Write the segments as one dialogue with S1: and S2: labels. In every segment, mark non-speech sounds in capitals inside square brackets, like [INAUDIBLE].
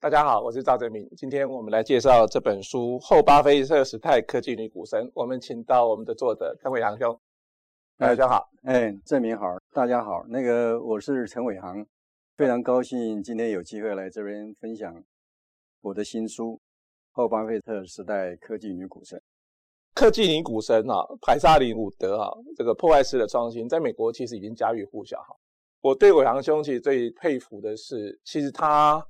S1: 大家好，我是赵哲明。今天我们来介绍这本书《后巴菲特时代科技女股神》，我们请到我们的作者陈伟航兄。
S2: 哎
S1: 伟兄好，
S2: 哎，郑明好，大家好，那个我是陈伟航，非常高兴今天有机会来这边分享我的新书《后巴菲特时代科技女股神》。
S1: 科技女股神啊，凯撒琳伍德啊，这个破坏式的创新，在美国其实已经家喻户晓哈。我对伟航兄其实最佩服的是，其实他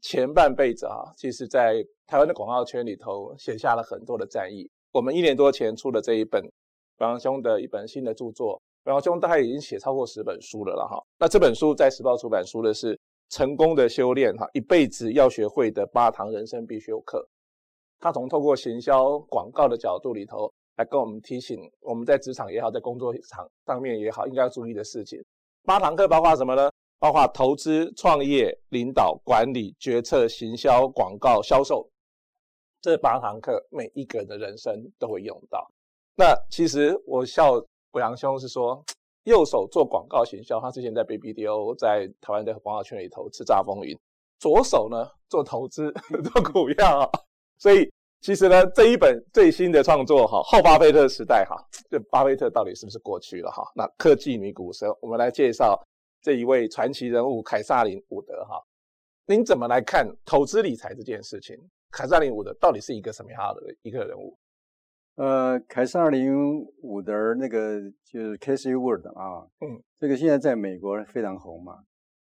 S1: 前半辈子啊，其实在台湾的广告圈里头写下了很多的战役。我们一年多前出了这一本伟航兄的一本新的著作，伟航兄大概已经写超过十本书了了哈。那这本书在时报出版书的是《成功的修炼》哈，一辈子要学会的八堂人生必修课。他从透过行销广告的角度里头来跟我们提醒，我们在职场也好，在工作场上面也好，应该要注意的事情。八堂课包括什么呢？包括投资、创业、领导、管理、决策、行销、广告、销售，这八堂课每一个人的人生都会用到。那其实我笑伟阳兄是说，右手做广告行销，他之前在 BBDO 在台湾的广告圈里头叱咤风云，左手呢做投资 [LAUGHS] 做股票、啊，所以其实呢，这一本最新的创作哈，后巴菲特时代哈，这巴菲特到底是不是过去了哈？那科技女股神，我们来介绍这一位传奇人物凯撒琳·伍德哈。您怎么来看投资理财这件事情？凯撒琳·伍德到底是一个什么样的一个人物？
S2: 呃，凯撒二零五的那个就是 Casey Word 啊，
S1: 嗯，
S2: 这个现在在美国非常红嘛，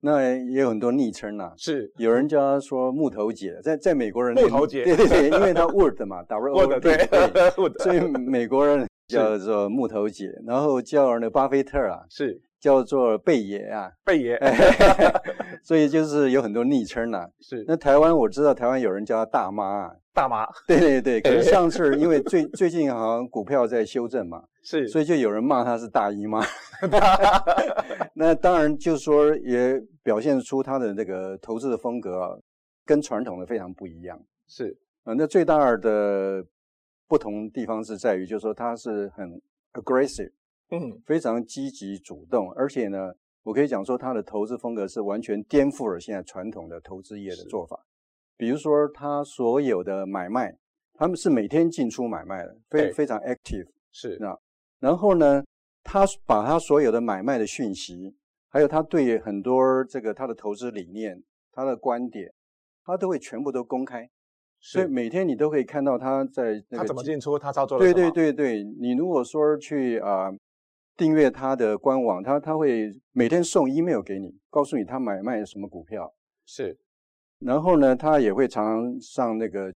S2: 那也有很多昵称呐、
S1: 是
S2: 有人叫她说木头姐，在在美国人
S1: 嗯木头姐
S2: 对对对，因为她 Word 嘛，W [LAUGHS]
S1: 我
S2: O
S1: 的
S2: R
S1: 对
S2: D，对，，哦
S1: 我的 [LAUGHS]
S2: 所以美国人叫做木头姐，然后叫那巴菲特啊，
S1: 是
S2: 叫做贝爷啊， [LAUGHS]
S1: 贝爷，
S2: 所以就是有很多昵称啦、
S1: 是
S2: 那台湾我知道台湾有人叫她大妈、啊，
S1: 大妈，
S2: 对对对。可是上次因为最最近好像股票在修正嘛，
S1: 是
S2: 所以就有人骂她是大姨妈。 [LAUGHS] 那当然就说也表现出她的那个投资的风格啊，跟传统的非常不一样。
S1: 是
S2: 啊，那最大的不同地方是在于，就是说她是很 aggressive。
S1: 嗯
S2: 非常积极主动，而且呢，我可以讲说他的投资风格是完全颠覆了现在传统的投资业的
S1: 是
S2: 做法。比如说，他所有的买卖，他们是每天进出买卖的，
S1: 对
S2: 非非常 active。
S1: 是
S2: 那然后呢，他把他所有的买卖的讯息，还有他对很多这个他的投资理念、他的观点，他都会全部都公开。所以
S1: 是，
S2: 每天你都可以看到他在那个
S1: 他怎么进出，他操作了
S2: 对
S1: 什么
S2: 对对对，你如果说去啊、呃订阅他的官网，他他会每天送 email 给你，告诉你他买卖什么股票，
S1: 是
S2: 然后呢，他也会常常上那个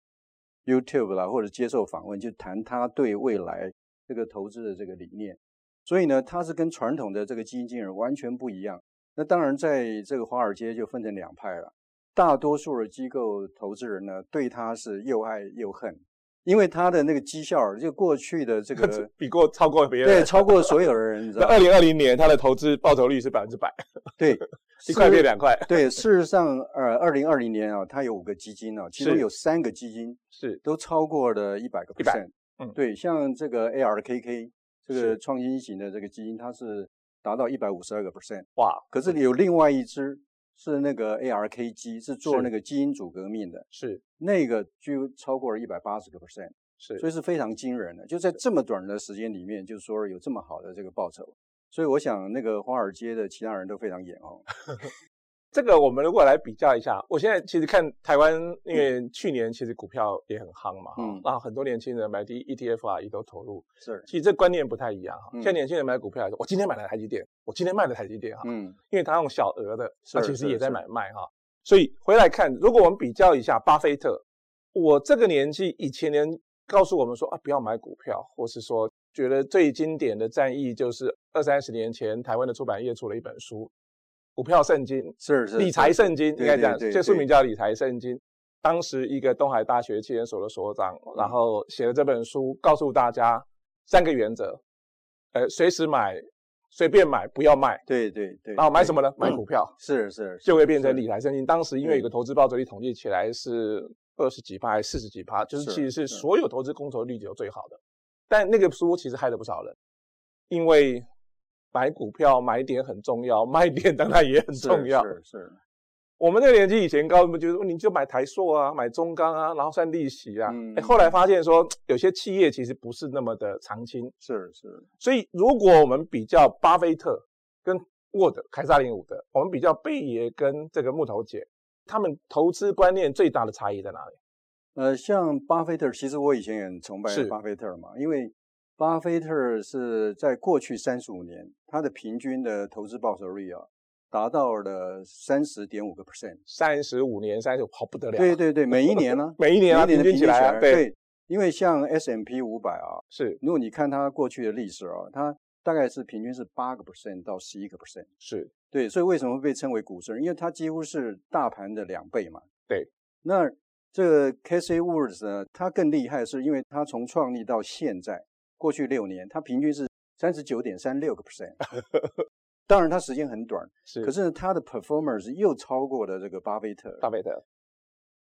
S2: YouTube 啦，或者接受访问，就谈他对未来这个投资的这个理念。所以呢，他是跟传统的这个基金经理人完全不一样。那当然，在这个华尔街就分成两派了。大多数的机构投资人呢，对他是又爱又恨，因为他的那个绩效，就过去的这
S1: [LAUGHS]
S2: 个
S1: 比过超过别人，
S2: 对，超过所有的人，你知
S1: 在
S2: 道
S1: 二
S2: 吗？
S1: 零二零年，他的投资报酬率是百分之百，
S2: 对，
S1: [LAUGHS] 一块
S2: 事
S1: 变两块，
S2: 对，事实上，呃，二零二零年啊，它有五个基金啊，其中
S1: 是
S2: 有三个基金
S1: 是
S2: 都超过了一百个
S1: 100
S2: percent。
S1: 嗯
S2: 对，像这个 ARKK 这
S1: 是
S2: 个创新型的这个基金，它是达到一百五十二个 percent。
S1: 哇，
S2: 可是有另外一支是那个 ARKG，是
S1: 是
S2: 做那个基因组革命的，
S1: 是
S2: 那个就超过了一百八十个 percent，
S1: 是
S2: 所以是非常惊人的。就在这么短的时间里面，就说有这么好的这个报酬，所以我想那个华尔街的其他人都非常眼红。
S1: [LAUGHS] 这个我们如果来比较一下，我现在其实看台湾，因为去年其实股票也很夯嘛，嗯
S2: 嗯，
S1: 然后很多年轻人买 D ETF 啊，也都投入。 [LAUGHS]
S2: 是，
S1: 其实这观念不太一样哈。
S2: 嗯
S1: 现在年轻人买股票也说，我今天买了台积电，我今天卖了台积电哈，
S2: 嗯。
S1: 因为他用小额的，
S2: 是
S1: 他其实
S2: 是
S1: 也在
S2: 是
S1: 买卖哈。所以回来看，如果我们比较一下巴菲特，我这个年纪以前人告诉我们说啊，不要买股票，或是说觉得最经典的战役就是二三十年前台湾的出版业出了一本书《股票圣经》，
S2: 是是
S1: 理财
S2: 是
S1: 圣经，应
S2: 对
S1: 该
S2: 对
S1: 这样，
S2: 对
S1: 这书
S2: 对
S1: 名叫《理财圣经》。当时一个东海大学期研所的所长，
S2: 嗯
S1: 然后写了这本书，告诉大家三个原则：呃，随时买，随便买，不要卖。
S2: 对对对。
S1: 然后买什
S2: 对
S1: 么呢？买
S2: 嗯
S1: 股票
S2: 是是
S1: 就是会变成
S2: 是
S1: 理财圣经。当时因为有个
S2: 嗯
S1: 投资报酬率统计起来是二十几趴还是四十几趴，就是
S2: 是嗯
S1: 其实是
S2: 是
S1: 所有投资公投率里头最好的。但那个书其实害了不少人，因为买股票买点很重要，卖点当然也很
S2: 是
S1: 重要。
S2: 是是，
S1: 我们那个年纪以前高，不就是你就买台塑啊，买中钢啊，然后算利息啊。
S2: 嗯
S1: 哎，后来发现说有些企业其实不是那么的长青，
S2: 是是，
S1: 所以如果我们比较巴菲特跟沃德、凯撒林伍德，我们比较贝爷跟这个木头姐，他们投资观念最大的差异在哪里？
S2: 呃，像巴菲特，其实我以前也很崇拜
S1: 是
S2: 巴菲特嘛，因为巴菲特是在过去三十五年，他的平均的投资报酬率啊，达到了三十点五个 percent。
S1: 三十五年、三十好不得了啊，、
S2: 对对对，每一年呢
S1: [LAUGHS] 每一年啊，
S2: 每一
S1: 平
S2: 年的
S1: 均
S2: 平
S1: 起
S2: 均
S1: 来
S2: 起
S1: 啊，对，
S2: 对，因为像 S M P 五百啊，
S1: 是
S2: 如果你看它过去的历史啊，它大概是平均是八个 percent 到十一个 percent。
S1: 是
S2: 对，所以为什么被称为股神？因为它几乎是大盘的两倍嘛。
S1: 对，
S2: 那这个 Casey Woods 呢，它更厉害，是因为它从创立到现在过去六年，它平均是三十九点三六
S1: [LAUGHS]
S2: 个 percent。当然，它时间很短，
S1: 是，
S2: 可是呢它的 performance 又超过了这个巴菲特。
S1: 巴菲特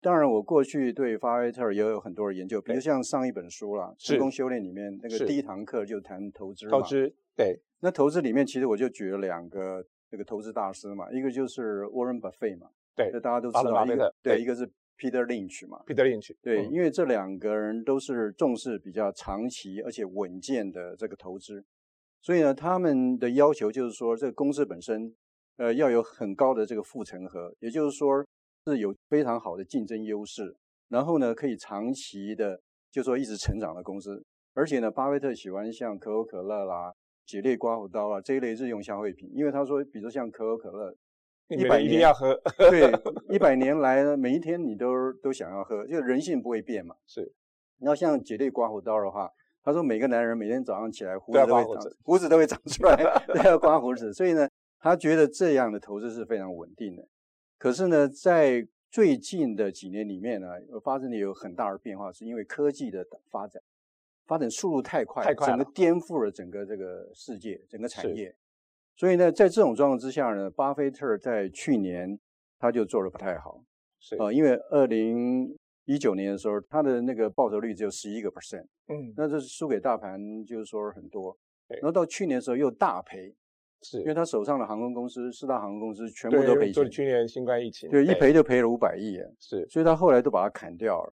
S2: 当然，我过去对巴菲特也有很多的研究，比如
S1: 对
S2: 像上一本书啦，《
S1: 是
S2: 成功修炼》里面那
S1: 是
S2: 个第一堂课就谈投资嘛。
S1: 高知对
S2: 那投资里面，其实我就举了两个这个投资大师嘛，一个就是 Warren Buffett 嘛，
S1: 对
S2: 这大家都知
S1: 巴伦
S2: 道，
S1: 巴菲
S2: 一个
S1: 特
S2: 对，
S1: 对
S2: 一个是 Peter Lynch 嘛，
S1: ，Peter Lynch
S2: 对，
S1: 嗯
S2: 因为这两个人都是重视比较长期而且稳健的这个投资，所以呢，他们的要求就是说，这个公司本身呃要有很高的这个护城河，也就是说是有非常好的竞争优势，然后呢可以长期的就说一直成长的公司，而且呢，巴菲特喜欢像可口可乐啦、吉列刮胡刀啦这一类日用消费品，因为他说，比如像可口可乐，
S1: 你
S2: 100
S1: 们一定
S2: 年
S1: 要喝， [LAUGHS]
S2: 对，一百年来呢，每一天你都都想要喝，就人性不会变嘛。
S1: 是。
S2: 那像姐弟刮胡刀的话，他说每个男人每天早上起来胡
S1: 都要
S2: 子都会
S1: 刮胡
S2: 长
S1: 子，
S2: 胡子都会长
S1: [LAUGHS]
S2: 出来，都要刮胡子。所以呢，他觉得这样的投资是非常稳定的。可是呢，在最近的几年里面呢，发生了有很大的变化，是因为科技的发展，发展速度太快，
S1: 太快
S2: 整个
S1: 了
S2: 颠覆了整个这个世界，整个产
S1: 是
S2: 业。所以呢，在这种状况之下呢，巴菲特在去年他就做的不太好，
S1: 是
S2: 呃，因为二零一九年的时候，他的那个报酬率只有十一个 percent，
S1: 嗯
S2: 那这是输给大盘，就是说很多。
S1: 对
S2: 然后到去年的时候又大赔，
S1: 是
S2: 因为他手上的航空公司四大航空公司全部
S1: 对
S2: 都赔
S1: 就
S2: 钱
S1: 是，去年新冠疫情，
S2: 对，一赔就赔了五百亿啊耶，
S1: 是
S2: 所以他后来都把它砍掉了。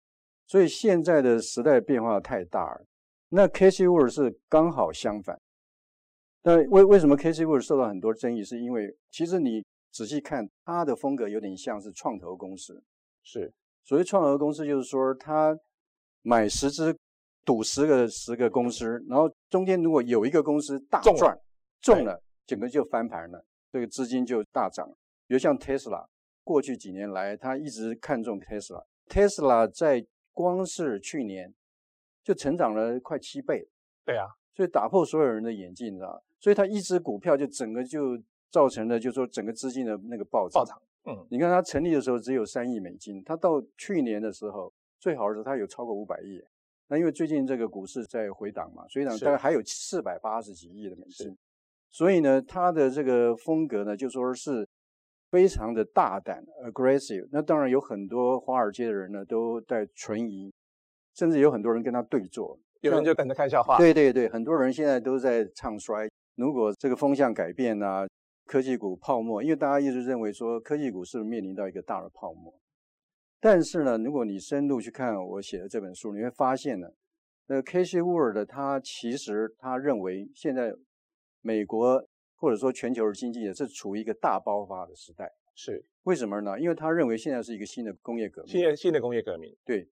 S2: 所以现在的时代变化太大了。那 Casey Wood 是刚好相反。那为为什么 Casey Wood 受到很多争议？是因为其实你仔细看他的风格有点像是创投公司，
S1: 是
S2: 所谓创投公司，就是说他买十只赌十个十个公司，然后中间如果有一个公司大
S1: 中了
S2: 赚中了，整个就翻盘了，这个资金就大涨。比如像 Tesla，过去几年来他一直看中 Tesla。Tesla 在光是去年就成长了快七倍，
S1: 对啊，
S2: 所以打破所有人的眼镜，你知道吧所以它一只股票就整个就造成了，就是说整个资金的那个暴涨。
S1: 暴涨嗯，
S2: 你看它成立的时候只有三亿美金，它到去年的时候最好的时候它有超过五百亿。那因为最近这个股市在回档嘛，所以呢
S1: 是
S2: 大概还有四百八十几亿的美金。所以呢，它的这个风格呢，就说是非常的大胆 （aggressive）。那当然有很多华尔街的人呢都在存疑，甚至有很多人跟他对坐。
S1: 有人就等着看笑话，
S2: 对对对，很多人现在都在唱衰，如果这个风向改变啊，科技股泡沫，因为大家一直认为说科技股是面临到一个大的泡沫。但是呢，如果你深入去看我写的这本书，你会发现呢，呃，Casey Ward 他其实他认为现在美国或者说全球的经济也是处于一个大爆发的时代。
S1: 是
S2: 为什么呢？因为他认为现在是一个新的工业革命。
S1: 新的新的工业革命，
S2: 对，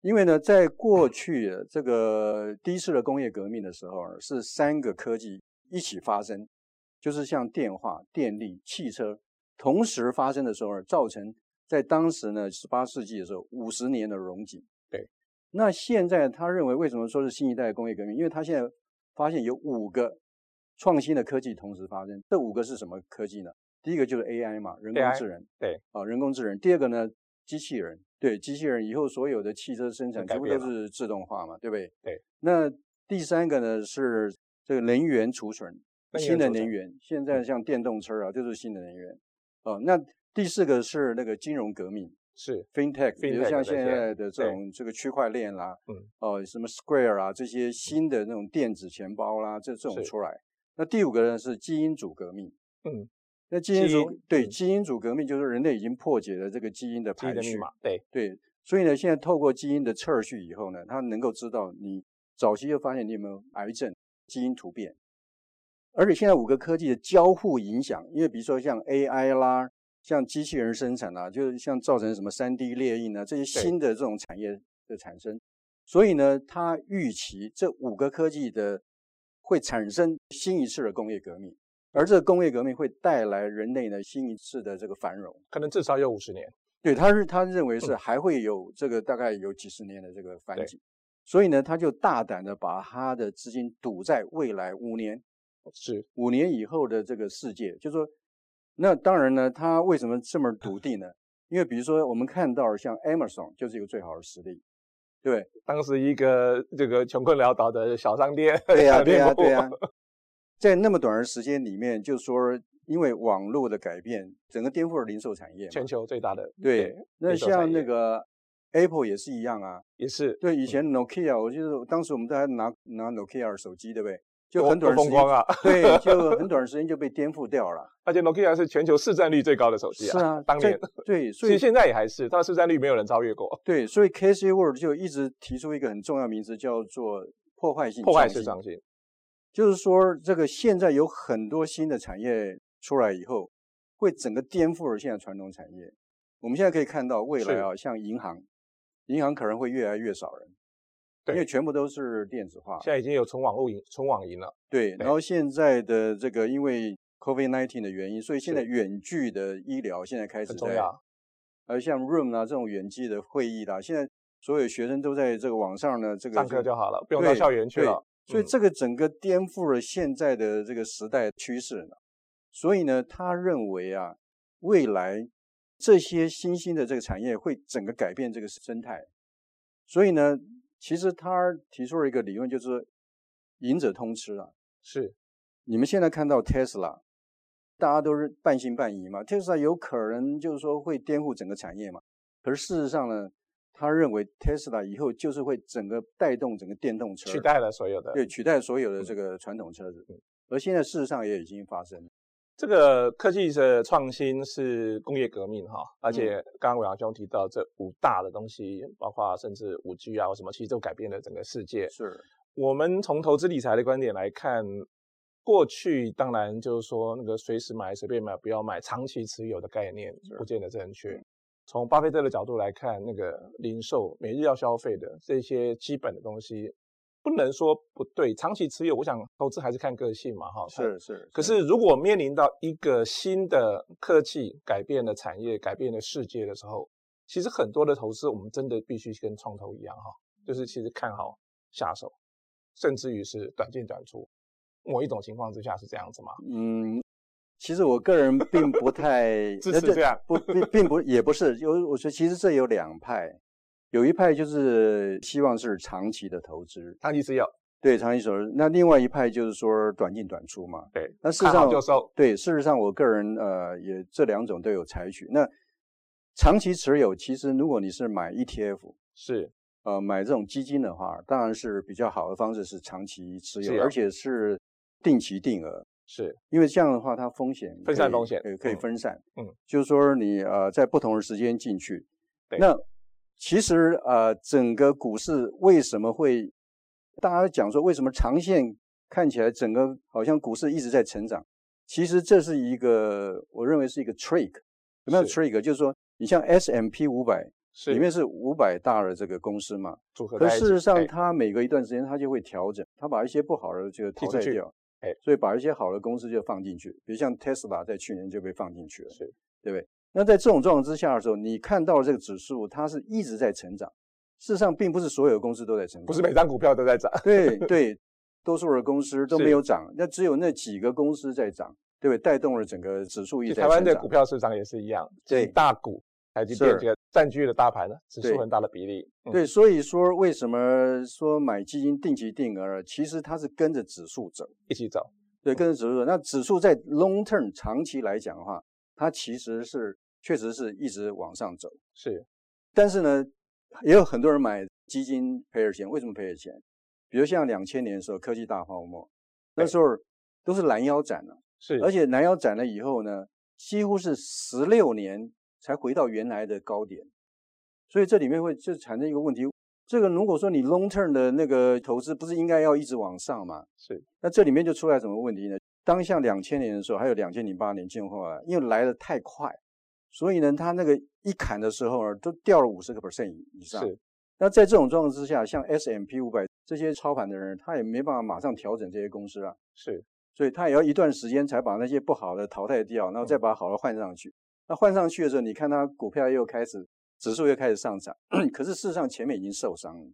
S2: 因为呢，在过去呃这个第一次的工业革命的时候啊，是三个科技一起发生，就是像电话、电力、汽车同时发生的时候呢，啊造成在当时呢，十八世纪的时候五十年的荣景。
S1: 对，
S2: 那现在他认为为什么说是新一代的工业革命？因为他现在发现有五个创新的科技同时发生，这五个是什么科技呢？第一个就是 AI 嘛，人工
S1: AI
S2: 智能。
S1: 对，
S2: 啊、人工智能。第二个呢，机器人。对，机器人以后所有的汽车生产
S1: 改
S2: 几乎
S1: 变
S2: 都
S1: 了
S2: 是自动化嘛，对不对？
S1: 对。
S2: 那第三个呢是这个能源储存，
S1: 能源
S2: 新的
S1: 储存嗯
S2: 能源。现在像电动车啊，这就是新的能源。哦，那第四个是那个金融革命
S1: 是
S2: （FinTech），比如
S1: FinTech
S2: 像
S1: 这些
S2: 现在的这
S1: 对
S2: 种这个区块链啦、
S1: 嗯，
S2: 哦，什么 Square 啊，这些新的那种电子钱包啦、这这种
S1: 是
S2: 出来。那第五个呢是基因组革命，
S1: 嗯，
S2: 那基因
S1: 基
S2: 组
S1: 因
S2: 对
S1: 嗯
S2: 基因组革命，就是人类已经破解了这个基因的
S1: 基因
S2: 排
S1: 的密
S2: 序，
S1: 码，对，
S2: 对，所以呢，现在透过基因的测序以后呢，它能够知道你早期就发现你有没有癌症、基因突变，而且现在五个科技的交互影响，因为比如说像 AI 啦，像机器人生产啦，就是像造成什么三 D 列印啊这些新的这种产业的产生，所以呢，它预期这五个科技的会产生新一次的工业革命。而这个工业革命会带来人类呢新一次的这个繁荣，
S1: 可能至少有五十年。
S2: 对，他是他认为是
S1: 嗯
S2: 还会有这个大概有几十年的这个繁
S1: 对
S2: 景，所以呢，他就大胆的把他的资金赌在未来五年，
S1: 是
S2: 五年以后的这个世界，就说，那当然呢，他为什么这
S1: 嗯
S2: 么笃定呢？因为比如说我们看到像 Amazon 就是一个最好的实例，
S1: [LAUGHS]
S2: 对不
S1: 当时一个这个穷困潦倒的小商店，
S2: 对，对呀、
S1: 小
S2: 对
S1: 店
S2: 呀、
S1: 铺
S2: 对呀、在那么短的时间里面，就说因为网络的改变，整个颠覆了零售产业嘛，
S1: 全球最大的
S2: 对，那
S1: 零售产
S2: 像那
S1: 业
S2: 个 Apple 也是一样啊。
S1: 也是
S2: 对，以前 Nokia，我记得当时我们都还拿拿 Nokia 的手机，对不对？就
S1: 多
S2: 很短
S1: 多
S2: 时
S1: 风
S2: 间，
S1: 光啊
S2: 对，就
S1: [LAUGHS]
S2: 很短时间就被颠覆掉了。
S1: 而且 Nokia 是全球市占率最高的手机啊，
S2: 是啊，
S1: 当
S2: 在
S1: 年， [LAUGHS]
S2: 对，所
S1: 其实
S2: 以
S1: 现在也还是，它的市占率没有人超越过，
S2: 对，所以 Casey Word 就一直提出一个很重要名词，叫做破坏性
S1: 破坏
S2: 创
S1: 式
S2: 新
S1: 创新，
S2: 就是说，这个现在有很多新的产业出来以后，会整个颠覆了现在传统产业。我们现在可以看到，未来啊，像银行，银行可能会越来越少人，
S1: 对
S2: 因为全部都是电子化。
S1: 现在已经有纯网络银纯网银了，
S2: 对，然后现在的这个因为 COVID-19 的原因，所以现在
S1: 是
S2: 远距的医疗现在开始
S1: 很重
S2: 在
S1: 要，
S2: 而像 Room 啊这种远距的会议啦、现在所有学生都在这个网上呢，这个
S1: 上课就好了，不用
S2: 对
S1: 到校园去
S2: 对
S1: 了。
S2: 所以
S1: 嗯
S2: 这个整个颠覆了现在的这个时代趋势呢。所以呢，他认为啊，未来这些新兴的这个产业会整个改变这个生态。所以呢，其实他提出了一个理论，就是赢者通吃啊。
S1: 是
S2: 你们现在看到 Tesla，大家都是半信半疑嘛，Tesla 有可能就是说会颠覆整个产业嘛。可是事实上呢，他认为 Tesla 以后就是会整个带动整个电动车
S1: 取代嗯了所有的。
S2: 对，取代所有的这个传统车子，而现在事实上也已经发生了。
S1: 这个科技的创新是工业革命哈，
S2: 嗯
S1: 而且刚刚伟阳兄提到这五大的东西，包括甚至五 G 啊或什么，其实都改变了整个世界。
S2: 是，
S1: 我们从投资理财的观点来看，过去当然就是说那个随时买、随便买、不要买、长期持有的概念
S2: 是
S1: 不见得正确。从巴菲特的角度来看，那个零售、每日要消费的这些基本的东西，不能说不对，长期持有，我想投资还是看个性嘛哈。
S2: 是是。
S1: 可是，如果面临到一个新的科技改变了产业、改变了世界的时候，其实很多的投资我们真的必须跟创投一样哈、就是其实看好下手，甚至于是短进短出。某一种情况之下是这样子嘛？
S2: 嗯，其实我个人并不太
S1: 支
S2: 呃
S1: 持这样
S2: 不并并不也不是，有我说其实这有两派，有一派就是希望是长期的投资，
S1: 长期持有，
S2: 对长期投资；那另外一派就是说短进短出嘛。
S1: 对，
S2: 那事实
S1: 看好
S2: 上
S1: 就收，
S2: 对，事实上我个人呃也这两种都有采取。那长期持有，其实如果你是买 ETF，
S1: 是
S2: 呃买这种基金的话，当然是比较好的方式是长期持
S1: 持
S2: 有，
S1: 有
S2: 而且是定期定额，
S1: 是
S2: 因为这样的话它风险
S1: 分散
S2: 可以
S1: 风险
S2: 对，可以
S1: 嗯
S2: 分散。
S1: 嗯
S2: 就是说你呃在不同的时间进去。
S1: 对
S2: 那其实呃整个股市为什么会大家讲说为什么长线看起来整个好像股市一直在成长？其实这是一个我认为是一个 trick，什么样的
S1: 是
S2: trick？就是说你像 S M P 五百
S1: 是，
S2: 里面是五百大的这个公司嘛，
S1: 组合
S2: 可
S1: 在一
S2: 事
S1: 起。
S2: 实上，
S1: 哎
S2: 它每隔一段时间它就会调整，它把一些不好的这个淘
S1: 剔出
S2: 汰
S1: 去
S2: 掉，
S1: 哎
S2: 所以把一些好的公司就放进去，比如像 Tesla 在去年就被放进去了，
S1: 是
S2: 对不对？那在这种状况之下的时候，你看到这个指数它是一直在成长，事实上并不是所有公司都在成长，
S1: 不是每张股票都在涨，
S2: [LAUGHS]
S1: [LAUGHS]
S2: 对对，多数的公司都
S1: 是
S2: 没有涨，那只有那几个公司在涨，对不对？带动了整个指数一
S1: 其实
S2: 直在
S1: 台湾
S2: 成
S1: 的
S2: 长
S1: 股票市场也是一样，
S2: 对
S1: 几大股，台积
S2: 是
S1: 电这个占据了大盘指
S2: 对
S1: 数很大的比例。嗯
S2: 对，所以说为什么说买基金定期定额呢？其实它是跟着指数走。
S1: 一起走，
S2: 对，跟着指数走。那指数在 long term 长期来讲的话，它其实是确实是一直往上走。
S1: 是
S2: 但是呢，也有很多人买基金赔了钱，为什么赔了钱？比如像两千年的时候科技大泡沫，那
S1: 对
S2: 时候都是拦腰斩了、啊
S1: 是，
S2: 而且拦腰斩了以后呢，几乎是十六年才回到原来的高点。所以这里面会就产生一个问题：这个如果说你 long term 的那个投资，不是应该要一直往上嘛？
S1: 是。
S2: 那这里面就出来什么问题呢？当像两千年的时候，还有两千零八年进化，因为来的太快，所以呢，它那个一砍的时候呢，啊都掉了五十个 percent 以上。
S1: 是
S2: 那在这种状况之下，像 S M P 五百这些操盘的人，他也没办法马上调整这些公司啊，
S1: 是
S2: 所以他也要一段时间才把那些不好的淘汰掉，然后
S1: 嗯
S2: 再把好的换上去。那换上去的时候，你看它股票又开始，指数又开始上涨， [CLEARS THROAT] 可是事实上前面已经受伤了，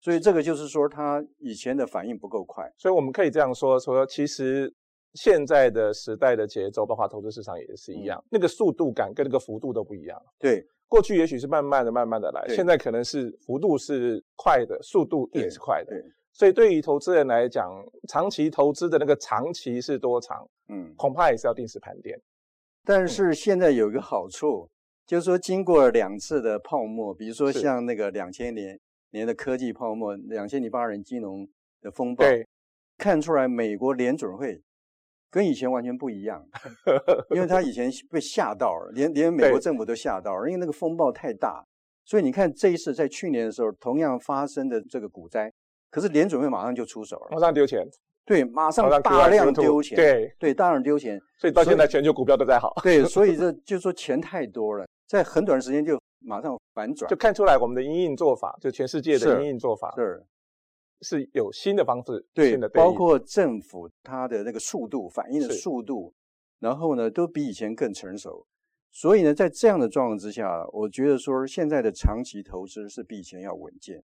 S2: 所以这个就是说他以前的反应不够快。
S1: 所以我们可以这样说：说其实现在的时代的节奏，包括投资市场也是
S2: 嗯
S1: 一样，那个速度感跟那个幅度都不一样。
S2: 对
S1: 过去也许是慢慢的、慢慢的来，
S2: 对
S1: 现在可能是幅度是快的，速度也
S2: 对
S1: 是快的。
S2: 对，
S1: 所以对于投资人来讲，长期投资的那个长期是多长，
S2: 嗯。
S1: 恐怕也是要定时盘点。嗯
S2: 但是现在有一个好处，就是说经过两次的泡沫，比如说
S1: 是
S2: 像那个两千年年的科技泡沫，两千零八年金融的风暴，
S1: 对，
S2: 看出来美国联准会跟以前完全不一样，因为他以前被吓到了，连连美国
S1: 对
S2: 政府都吓到了，因为那个风暴太大。所以你看这一次在去年的时候，同样发生的这个股灾，可是联准会马上就出手
S1: 马
S2: 了，
S1: 上丢钱，
S2: 对，马上
S1: 哦马上
S2: 大
S1: QI
S2: 量
S1: Q2
S2: 丢钱，
S1: 对，
S2: 对，大量丢钱，
S1: 所以到
S2: 所
S1: 现在
S2: 以
S1: 全球股票都在好，
S2: 对，所以这就是说钱太多了，在很短时间就马上反转
S1: 就，看出来我们的因应做法，就全世界的
S2: 是
S1: 因应做法
S2: 是，
S1: 是有新的方式，
S2: 对
S1: 新的，
S2: 包
S1: 应
S2: 括政府它的那个速度反应的
S1: 是
S2: 速度，然后呢，都比以前更成熟。所以呢，在这样的状况之下，我觉得说现在的长期投资是比以前要稳健。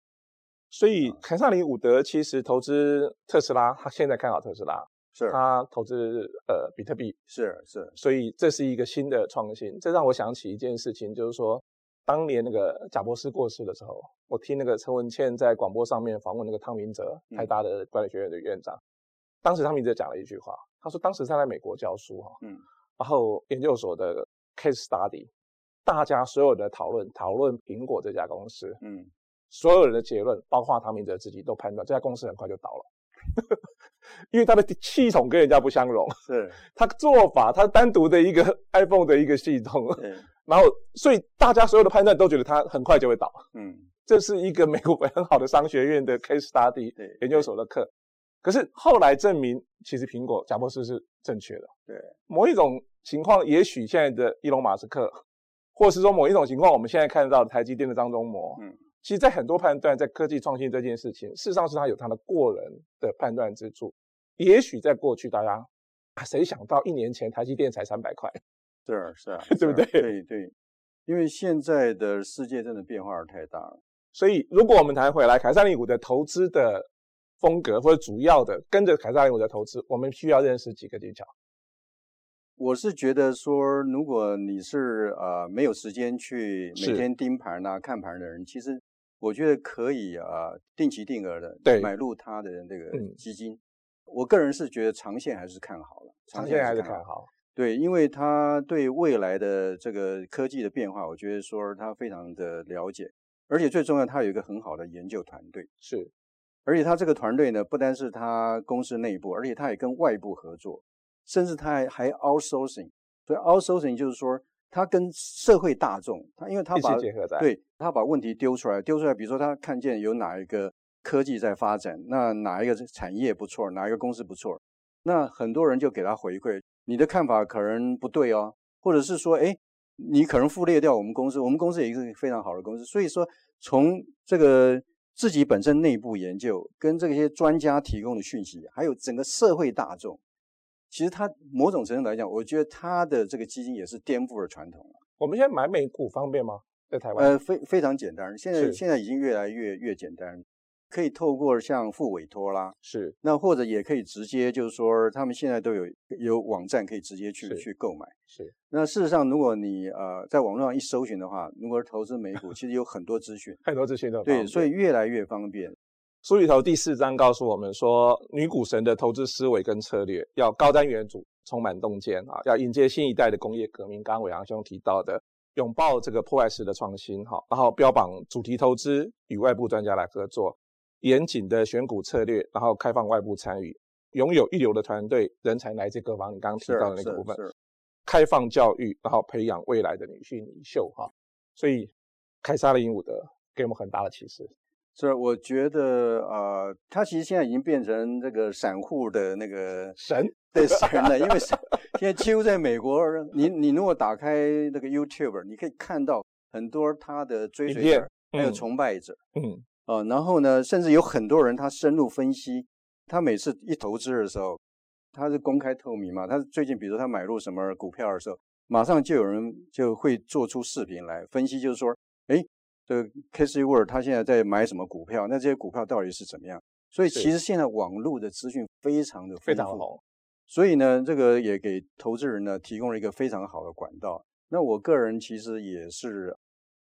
S1: 所
S2: 嗯
S1: 以凯撒林伍德其实投资特斯拉，他现在看好特斯拉，
S2: 是
S1: 他投资呃比特币，
S2: 是是，
S1: 所以这是一个新的创新。这让我想起一件事情，就是说当年那个贾博士过世的时候，我听那个陈文茜在广播上面访问那个汤明哲，
S2: 嗯
S1: 台大的管理学院的院长，当时汤明哲讲了一句话，他说当时他在美国教书哈，
S2: 嗯，
S1: 然后研究所的 case study，大家所有的讨论讨论苹果这家公司，
S2: 嗯，
S1: 所有人的结论，包括唐明哲自己，都判断这家公司很快就倒了， [LAUGHS] 因为他的系统跟人家不相容， [LAUGHS]
S2: 是，
S1: 他做法，他单独的一个 [LAUGHS] iPhone 的一个系统， [LAUGHS]
S2: 对，
S1: 然后所以大家所有的判断都觉得他很快就会倒，
S2: 嗯，
S1: 这是一个美国很好的商学院的 case study
S2: 对，
S1: 研究所的课，可是后来证明，其实苹果贾博士是正确的。
S2: 对，
S1: 某一种情况，也许现在的伊隆马斯克，或者是说某一种情况，我们现在看到台积电的张忠谋，
S2: 嗯，
S1: 其实，在很多判断，在科技创新这件事情，事实上是他有他的过人的判断之处。也许在过去，大家啊谁想到一年前台积电才三百块？，
S2: 是是啊
S1: [LAUGHS] 对不
S2: 是啊
S1: 对
S2: 对对，因为现在的世界真的变化太大了。
S1: 所以，如果我们谈回来，凯撒利股的投资的风格或者主要的跟着凯撒利股的投资，我们需要认识几个技巧。
S2: 我是觉得说，如果你是呃没有时间去
S1: 是
S2: 每天盯盘呐、看盘的人，其实我觉得可以啊、呃定期定额的
S1: 对
S2: 买入它的那个
S1: 嗯
S2: 基金。我个人是觉得长线还是看好了，
S1: 长线还是
S2: 看
S1: 看好，
S2: 对，因为他对未来的这个科技的变化，我觉得说他非常的了解，而且最重要，他有一个很好的研究团队。
S1: 是
S2: 而且他这个团队呢，不单是他公司内部，而且他也跟外部合作，甚至他还还 outsourcing。所以 outsourcing 就是说，他跟社会大众，他因为他
S1: 一
S2: 把
S1: 起结合在。
S2: 对他把问题丢出来，丢出来，比如说他看见有哪一个科技在发展，那哪一个产业不错，哪一个公司不错，那很多人就给他回馈，你的看法可能不对哦，或者是说，哎，你可能忽略掉我们公司，我们公司也是非常好的公司，所以说从这个自己本身内部研究，跟这些专家提供的讯息，还有整个社会大众。其实他某种程度来讲，我觉得他的这个基金也是颠覆了传统。
S1: 我们现在买美股方便吗？在台湾？
S2: 呃，非非常简单，现在
S1: 是
S2: 现在已经越来越越简单，可以透过像付委托啦，
S1: 是
S2: 那或者也可以直接就是说，他们现在都有有网站可以直接去
S1: 是
S2: 去购买。
S1: 是
S2: 那事实上，如果你呃在网络上一搜寻的话，如果是投资美股，其实有很多资讯，
S1: 很多资讯的。
S2: 对，所以越来越方便。
S1: 书里头第四章告诉我们说，女股神的投资思维跟策略要高瞻远瞩，充满洞见啊，要迎接新一代的工业革命。刚刚伟阳兄提到的，拥抱这个破坏式的创新哈，然后标榜主题投资，与外部专家来合作，严谨的选股策略，然后开放外部参与，拥有一流的团队人才来自各方。你刚刚提
S2: 是
S1: 到的那
S2: 是
S1: 个部分，
S2: 是，
S1: 开放教育，然后培养未来的女性领袖哈。所以，凯撒琳伍德给我们很大的启示。
S2: 是，我觉得呃，他其实现在已经变成这个散户的那个
S1: 神
S2: 对神了，因为现在几乎在美国，你你如果打开那个 YouTube，你可以看到很多他的追随
S1: 影
S2: 者
S1: 片，
S2: 还有
S1: 嗯
S2: 崇拜者
S1: 嗯，
S2: 啊、呃然后呢，甚至有很多人他深入分析，他每次一投资的时候，他是公开透明嘛，他最近比如他买入什么股票的时候，马上就有人就会做出视频来分析，就是说，哎，这个 Casey Word 他现在在买什么股票，那这些股票到底是怎么样？所以
S1: 是
S2: 其实现在网络的资讯非常的
S1: 非常
S2: 丰富
S1: 红。
S2: 所以呢，这个也给投资人呢提供了一个非常好的管道。那我个人其实也是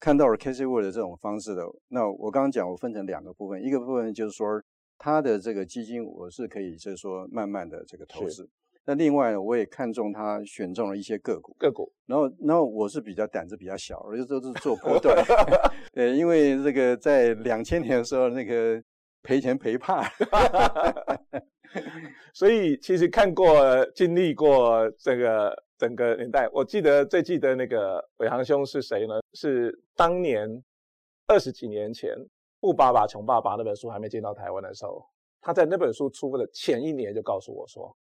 S2: 看到了 Casey Wood 的这种方式的。那我刚刚讲，我分成两个部分，一个部分就是说他的这个基金，我是可以就是说慢慢的这个投
S1: 是
S2: 资。那另外呢，我也看中他选中了一些个股，
S1: 个股
S2: 然后然后我是比较胆子比较小，而且都是做波段。对，因为这个在两千年的时候，那个赔钱赔怕。
S1: 所以其实看过、经历过这个整个年代，我记得最记得那个伟航兄是谁呢？是当年二十几年前《富爸爸穷爸爸》那本书还没进到台湾的时候，他在那本书出的前一年就告诉我说，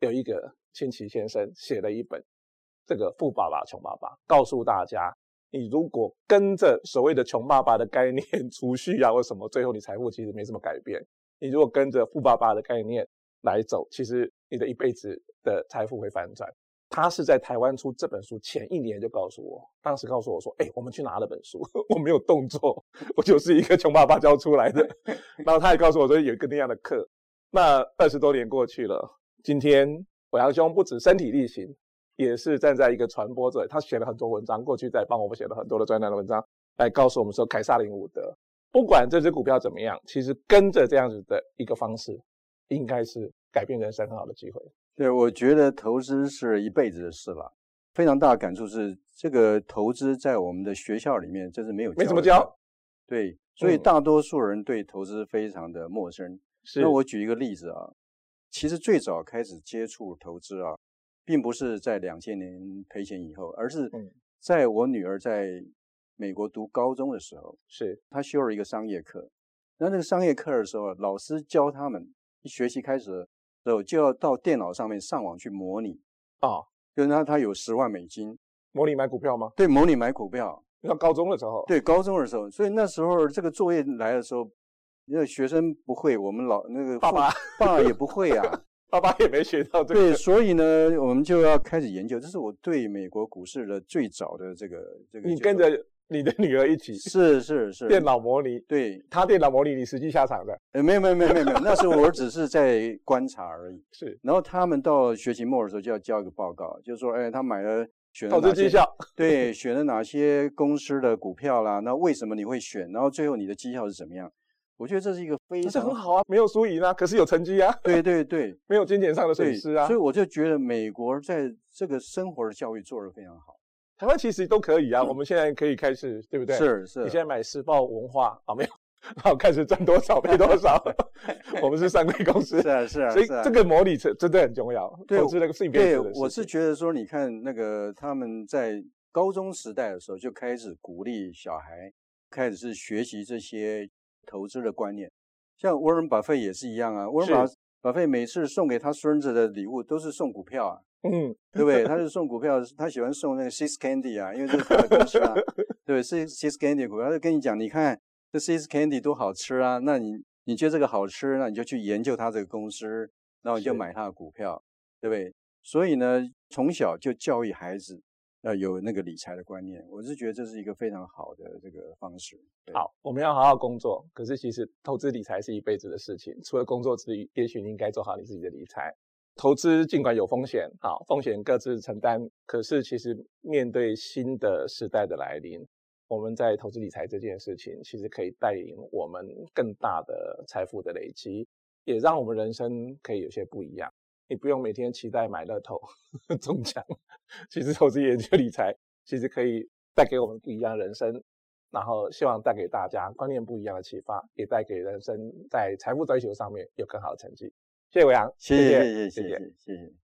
S1: 有一个清崎先生写了一本这个《富爸爸穷爸爸》，告诉大家。你如果跟着所谓的穷爸爸的概念 [LAUGHS] 储蓄啊或什么，最后你财富其实没什么改变。你如果跟着富爸爸的概念来走，其实你的一辈子的财富会翻转。他是在台湾出这本书前一年就告诉我，当时告诉我说：“哎、我们去拿了本书， [LAUGHS] 我没有动作， [LAUGHS] 我就是一个穷爸爸教出来的。”然后他也告诉我说有一个那样的课。那二十多年过去了，今天伟阳兄不止身体力行，也是站在一个传播者，他写了很多文章，过去在帮我们写了很多的专栏的文章，来告诉我们说凯撒林伍德不管这只股票怎么样，其实跟着这样子的一个方式，应该是改变人生很好的机会。
S2: 对，我觉得投资是一辈子的事了。非常大的感触是，这个投资在我们的学校里面真是没有
S1: 没怎么
S2: 的
S1: 教，
S2: 对，所以
S1: 嗯
S2: 大多数人对投资非常的陌生。
S1: 是
S2: 那我举一个例子啊，其实最早开始接触投资啊，并不是在两千年赔钱以后，而是
S1: 嗯
S2: 在我女儿在美国读高中的时候，
S1: 是
S2: 她修了一个商业课。那这个商业课的时候，老师教他们一学期开始的时候就要到电脑上面上网去模拟，
S1: 啊、
S2: 就是他他有十万美金，
S1: 模拟买股票吗？
S2: 对，模拟买股票，
S1: 你到高中的时候，
S2: 对，高中的时候，所以那时候这个作业来的时候，那个学生不会，我们老那个
S1: 爸
S2: 父
S1: 爸
S2: 爸也不会啊， [LAUGHS]
S1: 爸爸也没学到这
S2: 对，
S1: 个，
S2: 所以呢，我们就要开始研究，这是我对美国股市的最早的这个这个，
S1: 你跟着你的女儿一起
S2: 是是是
S1: 电脑模拟，
S2: 对，
S1: 他电脑模拟，你实际下场的
S2: 呃，没有没有没有没有没有，那时候我只是在观察而已。
S1: 是
S2: 然后他们到学期末的时候就要交一个报告，就是说，哎，他买了选了
S1: 投资
S2: 哪
S1: 绩
S2: 些
S1: 效，
S2: 对，选了哪些公司的股票啦？那为什么你会选？然后最后你的绩效是怎么样？我觉得这是一个非
S1: 这
S2: 常
S1: 很好啊，没有输赢啊，可是有成绩啊，
S2: 对对对
S1: 没有金钱上的损
S2: 对，
S1: 失啊
S2: 所以。我就觉得美国在这个生活的教育做得非常好。
S1: 台湾其实都可
S2: 嗯
S1: 以啊，我们现在可以开始，对不对？
S2: 是是，
S1: 你现在买时报文化啊，没有， [LAUGHS] 然后开始赚多少赔多
S2: [LAUGHS]
S1: 少，我们是上柜公司
S2: 是，啊是啊，
S1: 所以
S2: 是啊
S1: 这个模拟真真的很重要，
S2: 对
S1: 投资那个是一辈
S2: 对，
S1: 子的事
S2: 我是
S1: 情
S2: 觉得说，你看那个他们在高中时代的时候就开始鼓励小孩开始是学习这些投资的观念，像沃伦·巴菲也是一样啊，沃伦·巴
S1: 是
S2: 巴菲每次送给他孙子的礼物都是送股票啊。
S1: 嗯，
S2: 对不对？他是送股票，他喜欢送那个 Six Candy 啊，因为这是他的公司啊，对，Six Six Candy 股票，他就跟你讲，你看这 Six Candy 多好吃啊，那你你觉得这个好吃，那你就去研究它这个公司，然后你就是买它的股票，对不对？所以呢，从小就教育孩子要有那个理财的观念，我是觉得这是一个非常好的这个方式。对
S1: 好，我们要好好工作。可是其实投资理财是一辈子的事情，除了工作之余，也许你应该做好你自己的理财。投资尽管有风险，好，风险各自承担。可是其实面对新的时代的来临，我们在投资理财这件事情，其实可以带领我们更大的财富的累积，也让我们人生可以有些不一样。你不用每天期待买乐透中奖，其实投资研究理财其实可以带给我们不一样的人生，然后希望带给大家观念不一样的启发，也带给人生在财富追求上面有更好的成绩。谢谢伟阳，
S2: 谢谢谢
S1: 谢
S2: 谢谢谢谢谢。